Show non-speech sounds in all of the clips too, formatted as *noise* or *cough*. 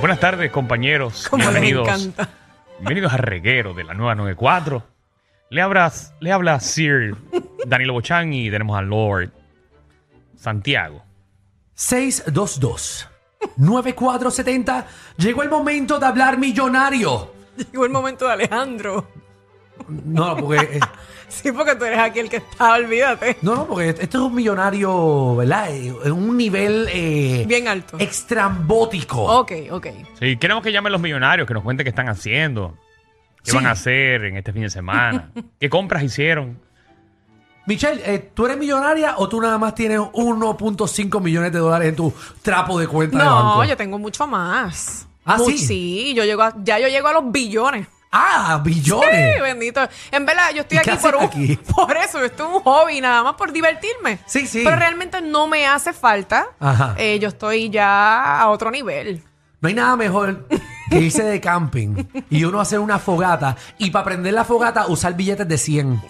Buenas tardes, compañeros. Como les bienvenidos. encanta. Bienvenidos a Reguero de la nueva 94. Le habla, le habla Sir Danilo Bochán y tenemos a Lord Santiago. 622 9470 Llegó el momento de hablar millonario. Llegó el momento de Alejandro. No, porque eh, Sí, porque tú eres aquí el que está, olvídate. no, no, porque este es un millonario, ¿verdad? Eh, En un nivel eh, Bien alto. extrambótico. Ok, ok. Sí, queremos que llamen los millonarios, que nos cuenten qué están haciendo, qué Sí. van a hacer en este fin de semana, *laughs* qué compras hicieron. Michelle, eh, ¿tú eres millonaria o tú nada más tienes 1.5 millones de dólares en tu trapo de cuenta de banco? No, yo tengo mucho más. ¿Ah, Mu- sí? yo llego a- ya yo llego a los billones. Ah, billones. Sí, bendito. En verdad, yo estoy ¿Y aquí qué haces por un, aquí? *laughs* por eso, esto es un hobby nada más por divertirme. Sí, sí. Pero realmente no me hace falta. Ajá. Eh, yo estoy ya a otro nivel. No hay nada mejor que irse de camping y uno hacer una fogata y para prender la fogata usar billetes de 100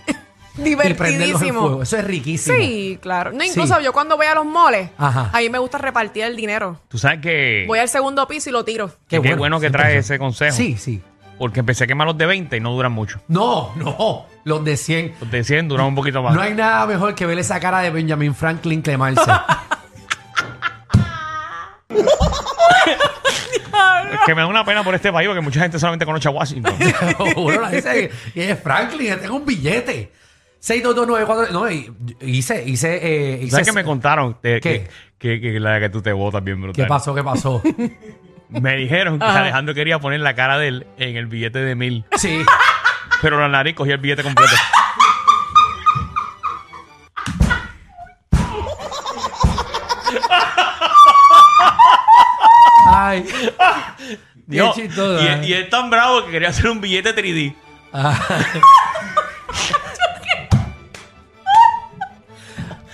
y prenderlos en fuego. Divertidísimo. Eso es riquísimo. Sí, claro. No, Sí. incluso yo cuando voy a los moles, Ajá. a mí me gusta repartir el dinero. Tú sabes que Voy al segundo piso y lo tiro. que qué bueno, que siempre trae eso. ese consejo. Sí, sí. Porque empecé a quemar los de 20 y no duran mucho. No, no. Los de 100. Los de 100 duran un poquito más. No hay nada mejor que ver esa cara de Benjamin Franklin clemarse. *laughs* Es que me da una pena por este país porque mucha gente solamente conoce a Washington. *laughs* Te lo juro, la dice, y es Franklin, tengo un billete. 62294. No, y- hice, hice, eh, hice- ¿Sabes que me contaron? de- ¿Qué? Que, que- que la que tú te votas bien brutal. ¿Qué pasó? *laughs* ¿Qué pasó? Me dijeron que Ajá. Alejandro quería poner la cara de él en el billete de mil, Sí. pero la nariz cogía el billete completo. Ay. *laughs* *laughs* Qué No, chistoso, ¿eh? y, ay. y es tan bravo que quería hacer un billete 3D.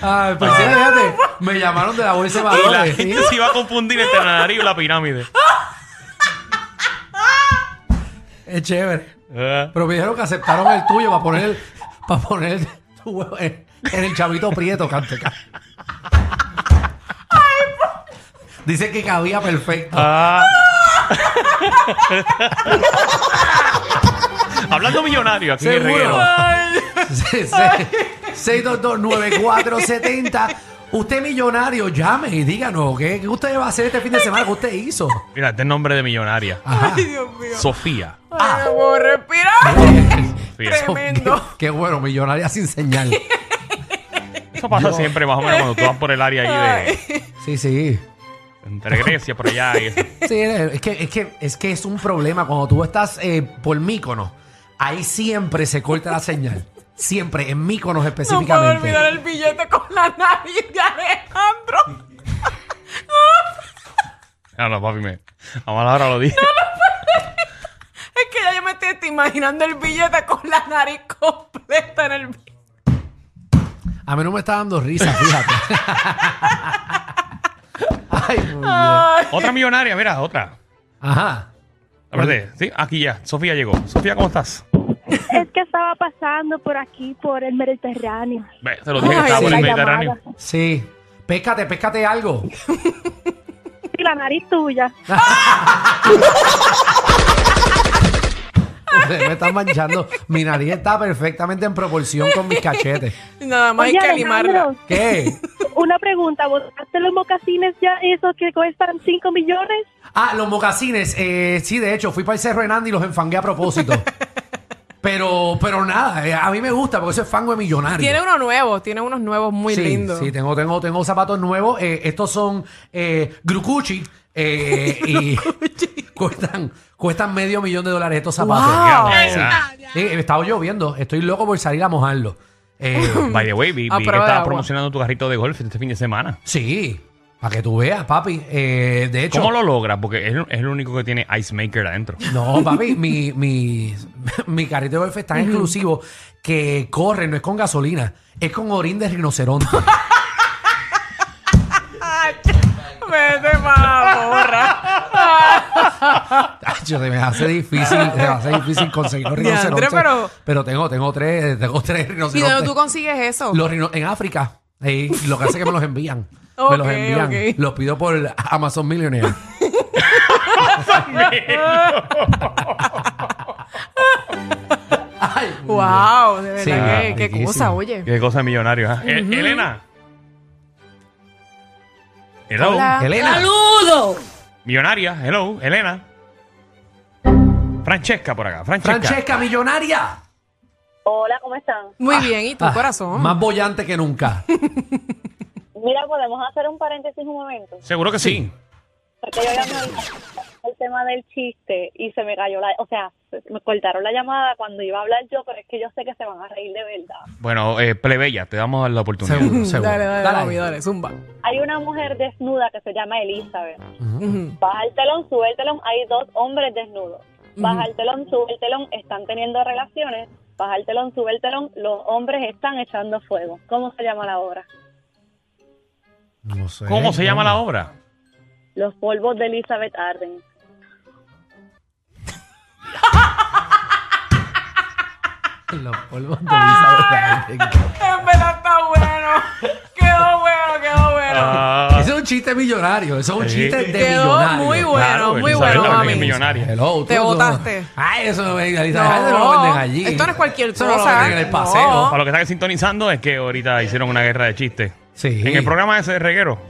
Ay, pues sí, fíjate, me llamaron de la bolsa de Ah. Y la valores. gente se iba a confundir entre la nariz y la pirámide. Es chévere. Ah. Pero me dijeron que aceptaron el tuyo para poner, el- para poner el- tu huevo en, en el chavito prieto, canteca. Dice que cabía perfecto. Ah. *laughs* Hablando millonario aquí en el Seguro. reguero. Ay, 6229470. Usted millonario, llame y díganos qué qué usted va a hacer este fin de semana, qué usted hizo. Mira, este es nombre de millonaria. Ajá. *laughs* ay, Dios mío. Sofía. Ay, no puedo respirar. *laughs* Sofía. Qué, Tremendo. qué bueno, millonaria sin señal. Eso pasa Yo- siempre más o menos cuando tú vas por el área ahí de... Ay. Sí, sí. Entre *laughs* Grecia, por allá. y eso. Sí, es que es, que, es que es un problema. Cuando tú estás eh, por Míconos, ahí siempre se corta la señal. Siempre, en Míconos No puedo específicamente. olvidar el billete con la nariz de Alejandro. *laughs* No, no, papi, me... A mala hora lo dije. Es que ya yo me estoy estoy imaginando el billete con la nariz completa en el billete. A mí no me está dando risa, *laughs* fíjate. Ay, muy bien. Otra millonaria, mira, otra. Ajá. Espérate, sí, aquí ya. Sofía llegó. Sofía, ¿cómo estás? Es que estaba pasando por aquí, por el Mediterráneo. Ve, te lo dije que Ay, estaba por el La Mediterráneo. llamada. Sí. Péscate, péscate algo. *laughs* Y la nariz tuya. Ustedes me están manchando. Mi nariz está perfectamente en proporción con mis cachetes. Nada más hay Oye, que limarla. Alejandro, ¿Qué? una pregunta. ¿Botaste los mocasines ya esos que cuestan 5 millones? Ah, los mocasines. eh, sí, de hecho, fui para el Cerro Hernández y los enfangué a *laughs* propósito. pero, pero nada, eh, a mí me gusta porque eso es fango de millonario. Tiene uno nuevo, tiene unos nuevos muy sí, lindos. Sí, tengo, tengo, tengo zapatos nuevos. eh, estos son eh, Grucucci. eh, y *laughs* cuestan, cuestan medio millón de dólares estos zapatos. Wow. Ya, ya. Sí, eh, estaba lloviendo. Estoy loco por salir a mojarlo. *laughs* Eh, By the way, vi, A vi que prueba estabas de agua. promocionando tu carrito de golf este fin de semana. sí, para que tú veas, papi. Eh, de hecho. ¿Cómo lo logras? Porque es, es el único que tiene Ice Maker adentro. No, *laughs* papi, mi, mi, mi carrito de golf es tan exclusivo que corre, no es con gasolina, es con orín de *laughs* rinoceronte. Ay, Vete, mamorra. Tacho, Chacho, se me hace difícil, se me hace difícil conseguir los *laughs* Diantre, rinocerontes. pero- pero tengo, tengo tres, tengo tres ¿Y dónde rinocerontes. tú consigues eso? Los rino- en África. ahí, lo que hace es que me los envían. me los Ok, envían. ok. Los pido por Amazon *laughs* Millionaire. Ay, muy bien. Wow, de verdad Sí, que- ah, qué riquísimo. cosa, oye. Qué cosa millonario. ¿eh? Eh, Elena. Hello. Hola. Elena. ¡Saludo! Millonaria. Hello. Elena. Francesca por acá. Francesca. Francesca, millonaria. Hola, ¿cómo están? Muy bien, ¿y tu Ah, corazón? Más bollante que *laughs* nunca. Mira, podemos hacer un paréntesis un momento. Seguro que sí. Porque yo llamé al- al tema del chiste y se me cayó la... O sea, se- me cortaron la llamada cuando iba a hablar yo, pero es que yo sé que se van a reír de verdad. Bueno, eh, plebeya, te damos la oportunidad. Seguro, seguro. Dale, dale, Dale mami, ahí. dale, zumba. Hay una mujer desnuda que se llama Elizabeth. Ujú. Baja el telón, sube el telón. Hay dos hombres desnudos. Baja el telón, sube el telón. Están teniendo relaciones. Baja el telón, sube el telón. Los hombres están echando fuego. ¿Cómo se llama la obra? No sé. ¿Cómo se llama la obra? Los polvos de Elizabeth arden. *laughs* Los polvos de Elizabeth Arden. En verdad Este está bueno. Quedó bueno, quedó bueno. Ah, Eso es un chiste millonario. Eso es un Sí. chiste de Quedó millonario. muy bueno, muy Elizabeth bueno, Arden es mami. millonaria. Hello, Te tú- tú- botaste. Ay, eso no, Elizabeth No, Arden no lo venden allí. esto no es cualquier Eso no lo cosa. venden en el No. paseo. Para los que están sintonizando es que ahorita hicieron una guerra de chistes. Sí. En el programa ese de reguero.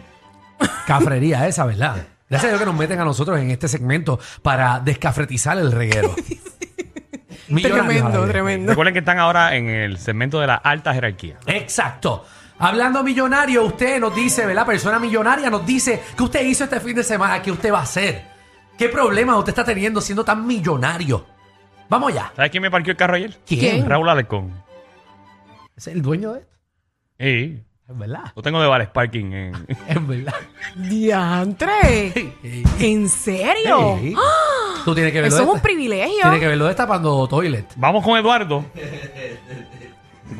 Cafrería esa, ¿verdad? Gracias a Dios que nos meten a nosotros en este segmento para descafretizar el reguero. Millonarios, *laughs* Tremendo, Javier. tremendo. Recuerden que están ahora en el segmento de la alta jerarquía. Exacto. Hablando millonario, usted nos dice, ¿verdad? Persona millonaria nos dice qué usted hizo este fin de semana, qué usted va a hacer. ¿Qué problemas usted está teniendo siendo tan millonario? Vamos ya. ¿Sabes quién me parqueó el carro ayer? ¿Quién? Raúl Alecón. Es el dueño de esto. Sí. Es verdad. Lo tengo de Vales Parking. en- *laughs* Es verdad. Diantre. Sí. ¿En serio? Sí. este Tú tienes que verlo. Eso es de un esta- Tienes privilegio. que verlo destapando toilet. Vamos con Eduardo.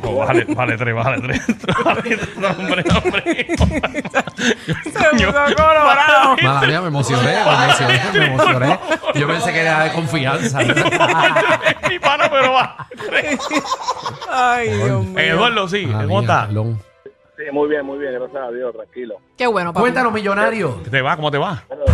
No, bájale, bájale tres, bájale tres. *laughs* Bájale tres, no, hombre, no, hombre. *laughs* Se puso colorado. Mala mía, me emocioné, me emocioné, *laughs* me emocioné. Yo pensé que era de *laughs* confianza. Mi pana, pero va. Ay, Eh, Dios mío. Eduardo, sí. Mala ¿Cómo mía, está? perdón. Sí, muy bien, muy bien, gracias a Dios, tranquilo. Qué bueno, papi. Cuéntanos, millonario. ¿Te va? ¿Cómo te va? Bueno,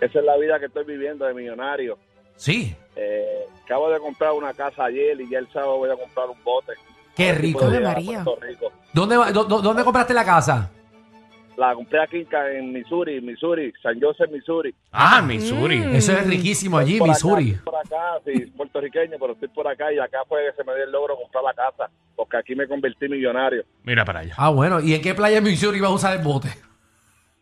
esa es la vida que estoy viviendo de millonario. Sí, Eh, acabo de comprar una casa ayer y ya el sábado voy a comprar un bote. qué Voy rico. a Ave llegar a María. Puerto Rico. ¿Dónde, va- dó- dó- ¿Dónde compraste la casa? La compré aquí en Ca- en Missouri, Missouri, San Joseph, Missouri. Ah, Missouri. Eso es riquísimo Pues allí, Por acá, Missouri. estoy por acá, sí, *laughs* puertorriqueño, pero estoy por acá y acá fue que se me dio el logro comprar la casa, porque aquí me convertí millonario. Mira para allá. Ah, bueno. ¿Y en qué playa de Missouri vas a usar el bote?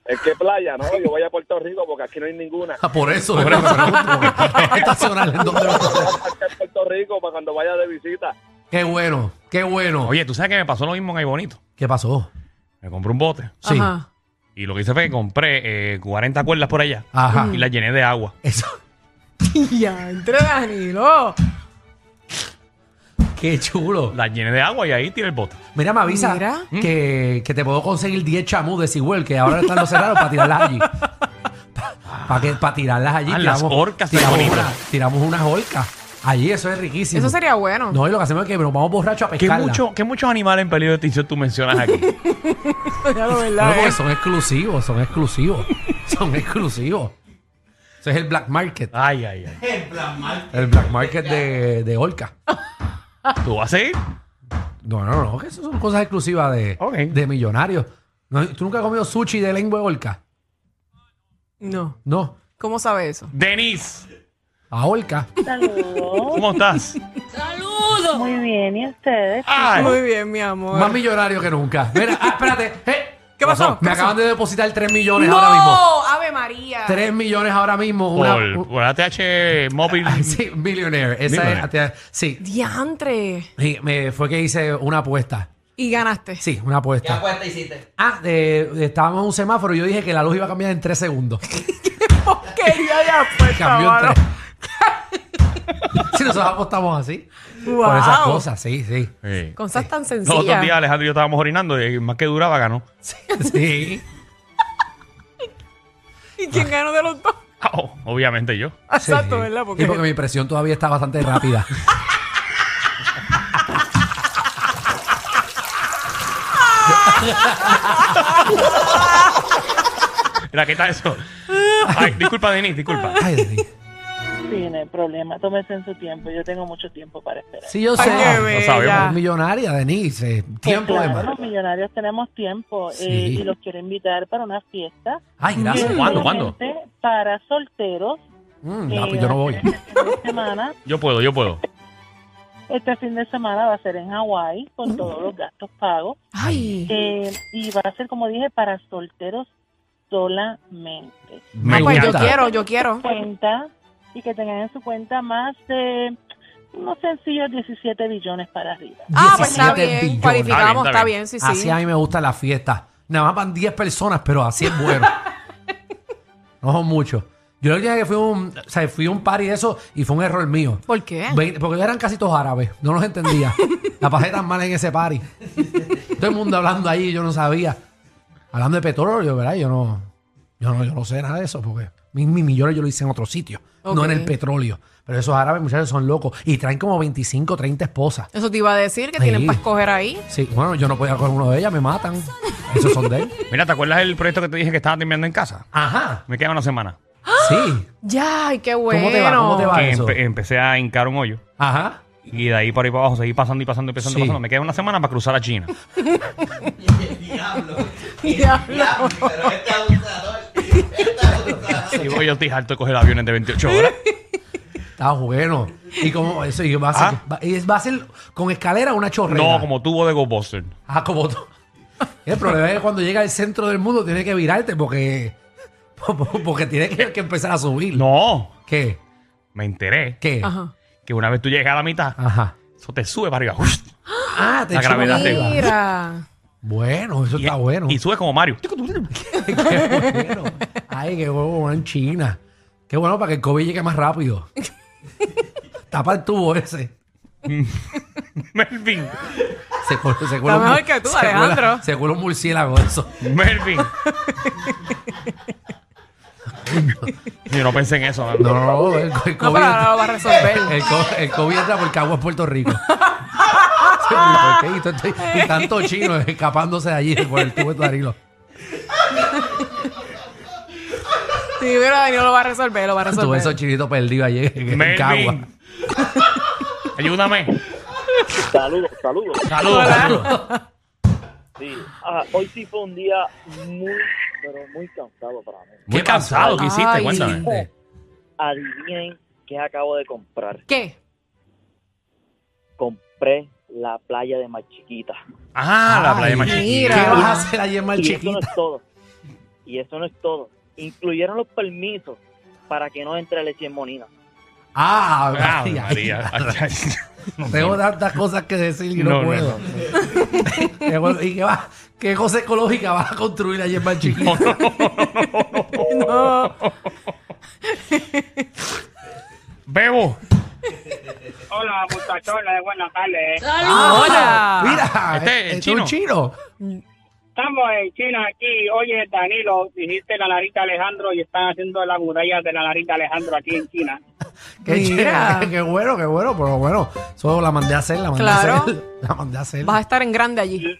¿En qué playa, no? Yo voy a Puerto Rico porque aquí no hay *laughs* ninguna. Ah, por eso, por eso. *laughs* estacionar en dónde lo vas a hacer? Acá en Puerto Rico para cuando vaya de visita. Qué bueno, qué bueno. Oye, tú sabes que me pasó lo mismo en Ay Bonito. ¿Qué pasó? Me compré un bote. Sí. Ajá. Ajá. Y lo que hice fue que compré eh, 40 cuerdas por allá. Y las llené de agua. Eso. Diantre, Danilo. Qué chulo. Las llené de agua y ahí tiré el bote. Mira, me avisa Mira. Que, que te puedo conseguir 10 chamus de Sewell, que ahora están los cerrados para tirarlas allí. Para que para tirarlas allí. Ah, las orcas tan tiramos, bonitas. una- tiramos unas orcas. Allí eso es riquísimo. Eso sería bueno. No, y lo que hacemos es que nos vamos borrachos a ¿Qué, pescarla. mucho, ¿Qué muchos animales en peligro de extinción tú mencionas *laughs* aquí? *laughs* Ya lo No, verdad, porque eh. son exclusivos, son exclusivos. *laughs* son exclusivos. Ese es el black market. Ay, ay, ay. El black market de, de orca. ¿Tú vas a ir? No, no, no, que eso son cosas exclusivas de, Ok. de millonarios. No, ¿Tú nunca has comido sushi de lengua de orca? No. No, ¿Cómo sabe eso? Denise, a orca. *laughs* Saludos. ¿cómo estás? ¡Saludo! Muy bien, ¿y ustedes? Ay. Muy bien, mi amor. Más millonario que nunca. Mira, ah, espérate. eh, ¿Qué pasó? ¿Qué Me pasó? acaban de depositar 3 millones no, ahora mismo. Ave María. 3 millones ahora mismo. Una, Por, un- *laughs* por ATH móvil. sí, millionaire. Esa Millionaire. es. Sí, Diantre. sí, me, fue que hice una apuesta. Y ganaste. Sí, una apuesta. ¿Qué apuesta hiciste? Ah, eh, estábamos en un semáforo y yo dije que la luz iba a cambiar en 3 *laughs* segundos. Porquería de apuesta, Cambió en mano. 3. *laughs* Si nosotros apostamos así. *laughs* Por esas Wow. cosas, sí, sí. Sí. Cosas tan Los otros días sencillas. Alejandro y yo estábamos orinando y más que duraba ganó. Sí. ¿Y quién ganó de los dos? Au, Ah, oh, obviamente yo. Exacto, Sí, sí. ¿verdad? Y porque mi impresión todavía está bastante rápida. Mira, ¿qué tal eso? Ay, disculpa, Denis, disculpa. Ay, Denis. Sí, no hay problema. Tómese en su tiempo. Yo tengo mucho tiempo para esperar. Sí, yo Ay, sé. qué no bella. sabemos. Es millonaria, Denis. eh, Tiempo Pues de claro, más. Los millonarios tenemos tiempo eh, Sí. y los quiero invitar para una fiesta. Ay, gracias. Que ¿Cuándo, solamente cuándo? Para solteros. Mm, no, eh, pues yo no va a voy. Ah, ser Este fin, de semana, Yo puedo, yo puedo. este fin de semana va a ser en Hawái con todos los gastos pagos. Ay. eh, y va a ser, como dije, para solteros solamente. Me Ah, pues yo encanta. quiero, yo quiero. Cuenta y que tengan en su cuenta más de unos sencillos 17 billones para arriba. Ah, pues está 17 bien. billones. Cualificamos, Está está bien, bien, sí, Así sí. a mí me gusta la fiesta. Nada más van 10 personas, pero así es *laughs* bueno. no son muchos. Yo la última vez que fui a un, o sea, fui a un party de eso y fue un error mío. ¿Por qué? Ve- Porque eran casi todos árabes, no los entendía. La pasé tan mal en ese party. Todo el mundo hablando ahí, yo no sabía. Hablando de petróleo, ¿verdad? Yo no, yo no, yo no sé nada de eso porque mis, mis millones yo lo hice en otro sitio, no Ok. en el petróleo. Pero esos árabes, muchachos, son locos y traen como 25, 30 esposas. Eso te iba a decir que Sí. tienen para escoger ahí. Sí, bueno, yo no podía coger uno de ellas, me matan. Esos son de él. Mira, ¿te acuerdas el proyecto que te dije que estaba terminando en casa? Ajá. Me queda una semana. Sí. Ya, ay, qué bueno. ¿Cómo te va? ¿Cómo te *laughs* va Que eso? empe- empecé a hincar un hoyo. Ajá. Y de ahí para ahí para abajo seguí pasando y pasando y pasando, y Sí. pasando. Me queda una semana para cruzar a *laughs* China. Diablo. y voy yo estoy harto de coger aviones de 28 horas. Está bueno. Y como eso, y va a ser, va, y va a ser con escalera una chorrera. Ah. No, como tubo de GoBuster. Ah, como tú. El problema es que cuando llega al centro del mundo tiene que virarte porque. *laughs* Porque tiene que, que empezar a subir. No, ¿Qué? me enteré ¿Qué? Ajá. Ajá. que una vez tú llegas a la mitad, eso te sube para arriba. Ah, te La chupa gravedad te- arriba. *laughs* Mira. Bueno, eso Y, está bueno. y sube como Mario. *laughs* qué bueno. Ay, qué bueno en China. Qué bueno para que el COVID llegue más rápido. Tapa el tubo ese. Melvin, Se, cuela- se cuela un- mejor que tú, se cuela- Alejandro. se cuela un murciélago eso. *laughs* Melvin. Yo no pensé en eso. ¿no? No, no, no. El, el No, COVID, pero ahora lo va a resolver. el, co- el COVID entra por Caguas, Puerto Rico. *laughs* ¿Por qué? Y, tanto- y tanto chino escapándose de allí por el tubo de Tarilo. Sí, pero Danilo lo va a resolver, lo va a Tuve resolver. esos chinitos perdidos allí en, en Caguas. Melvin. Ayúdame. Saludos, saludos. Saludos. saludos. Sí. Ah, hoy sí fue un día muy, pero muy cansado para mí. Muy ¿Qué cansado pasó? que hiciste, Ay. cuéntame. Gente, Adivinen qué acabo de comprar. ¿Qué? Compré la playa de más chiquita. Ah, la playa de Ay, ¿Qué Machín. mira. vas a hacer allí en Mar y eso no Chiquita? es todo. Y eso no es todo. Incluyeron los permisos para que no entre leche en monina. Ah, Ah, ay, ay, María. *laughs* ay. Ay, no *laughs* sé. Tengo tantas cosas que decir y no, No, no, puedo. *laughs* Qué bueno, ¿Y qué, va, qué cosa ecológica vas a construir allí en Mar Chiquita? No. Bebo. Hola, muchachones, buenas tardes. Saludos. Hola. Mira, Este es es, chino. un chino. Estamos en China aquí. Oye, Danilo, dijiste la narita Alejandro y están haciendo la muralla de la narita Alejandro aquí en China. Qué Mira. chévere, *laughs* qué bueno, qué bueno, pero bueno, solo la mandé a hacer, la mandé a Claro. hacer. *laughs* La mandé a hacer. Vas a estar en grande allí.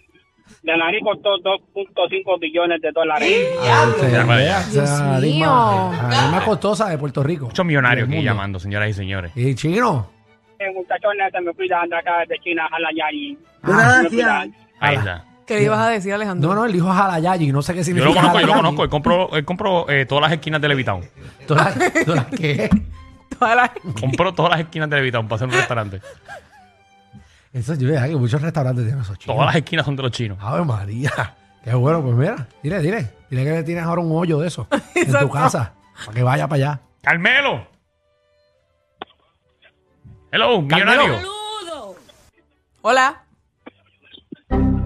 La nariz costó 2.5 billones de dólares. Ahí usted Ya, vea, Dios esa es la mío. misma- Este, la más costosa de Puerto Rico. Muchos millonarios Del aquí mundo. llamando, señoras y señores. Y chino. Eh, muchachones, se me cuida andar acá desde China a la Yari. Ah, Ahí *laughs* está. ¿Qué le ibas a decir, Alejandro? No, no, el hijo es Halayayi, no sé qué Yo significa. lo conozco, yo lo Halayayi. conozco. Él compró, él compró eh, todas las esquinas de Levitown. *laughs* ¿Tú la- tú la- qué? *laughs* Toda la- Compró todas las esquinas de Levitown para hacer un restaurante. Eso yo vea que muchos restaurantes tienen esos chinos. Todas las esquinas son de los chinos. Ave María. Qué bueno, pues mira, dile, dile. Dile que le tienes ahora un hoyo de eso en tu Exacto. casa para que vaya para allá. ¡Carmelo! Hello, Carmelo. millonario. Saludos. Hola.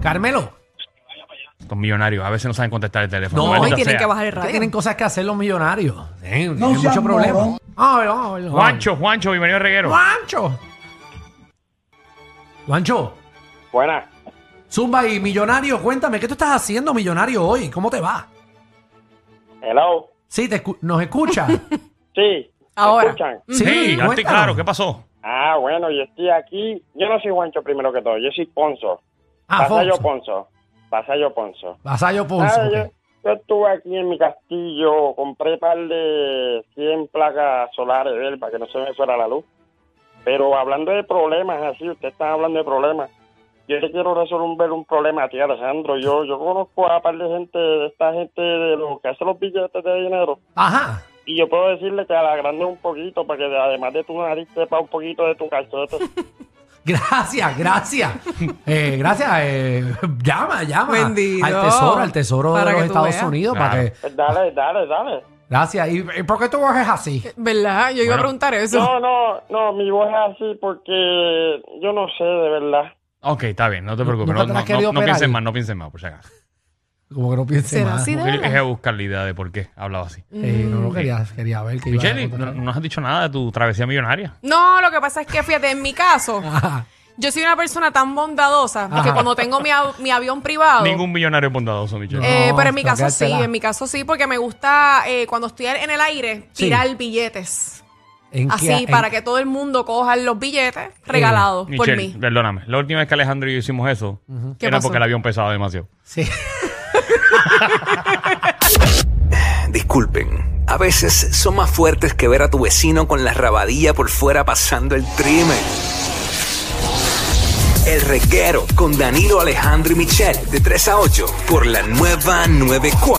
Carmelo, Estos millonarios a veces no saben contestar el teléfono. No, Hoy maldita tienen sea. que bajar el que radio. tienen cosas que hacer los millonarios. ¿eh? Tienen, tienen mucho problema. Vamos a ver, vamos a ver, vamos a ver. Juancho, Juancho, bienvenido al reguero. ¡Juancho! Juancho, Buenas. Zumba y Millonario, cuéntame, ¿qué tú estás haciendo, Millonario, hoy? ¿Cómo te va? Hello. Sí, te escu- nos *laughs* escucha. Sí. ¿me Ahora. Mm. escuchan? sí, Sí, cuéntanos. antes claro, ¿qué pasó? Ah, bueno, yo estoy aquí. Yo no soy Juancho primero que todo, yo soy Ponzo. Ah, Vasallo Fonso. Ponzo. Vasallo Ponzo. Vasallo Ponzo. Ah, ok. yo, yo estuve aquí en mi castillo, compré par de 100 placas solares ¿ver? para que no se me fuera la luz. Pero hablando de problemas, así, usted está hablando de problemas. Yo te quiero resolver un problema a ti, Alejandro. Yo, yo conozco a par de gente, de esta gente de los que hace los billetes de dinero. Ajá. Y yo puedo decirle que a la grande un poquito, para que de- además de tu nariz sepa un poquito de tu calcete. Gracias, *laughs* gracias. Eh, gracias. eh, llama, llama. Bendito. Al tesoro, al tesoro Para de que los tú Estados veas. Unidos. Para Claro. que, Pues dale, dale, dale. gracias. ¿Y, y por qué tú bajes así? ¿Verdad? Yo iba a Bueno. preguntar eso. No, no, no, mi voz es así porque yo no sé, de verdad. Ok, está bien, no te preocupes. nunca No, te no, la has querido no- no operar. pienses más, no pienses más, por si acaso. Como que no pienses ¿Será más. así de Porque yo verdad? quería buscar la idea de por qué hablaba así. Eh, no, no quería, quería ver que iba Mm. a Michelle, no, contestar. no nos has dicho nada de tu travesía millonaria. No, lo que pasa es que, fíjate, en mi caso, Ajá. yo soy una persona tan bondadosa Ajá. que cuando tengo mi, av- mi avión privado. Ningún millonario es bondadoso, Michelle. Oh. eh, No, pero en mi caso sí, tocártela. en mi caso sí, porque me gusta eh, cuando estoy en el aire Sí. tirar billetes. *laughs* ¿En Así, qué- en- Ah, para que todo el mundo coja los billetes regalados por Michelle, mí. perdóname. La última vez que Alejandro y yo hicimos eso, ¿Qué era pasó? porque el avión pesaba demasiado. *laughs* Sí. Disculpen, a veces son más fuertes que ver a tu vecino con la rabadilla por fuera pasando el trimen. El reguero con Danilo Alejandro y Michel de 3 a 8 por la nueva 94.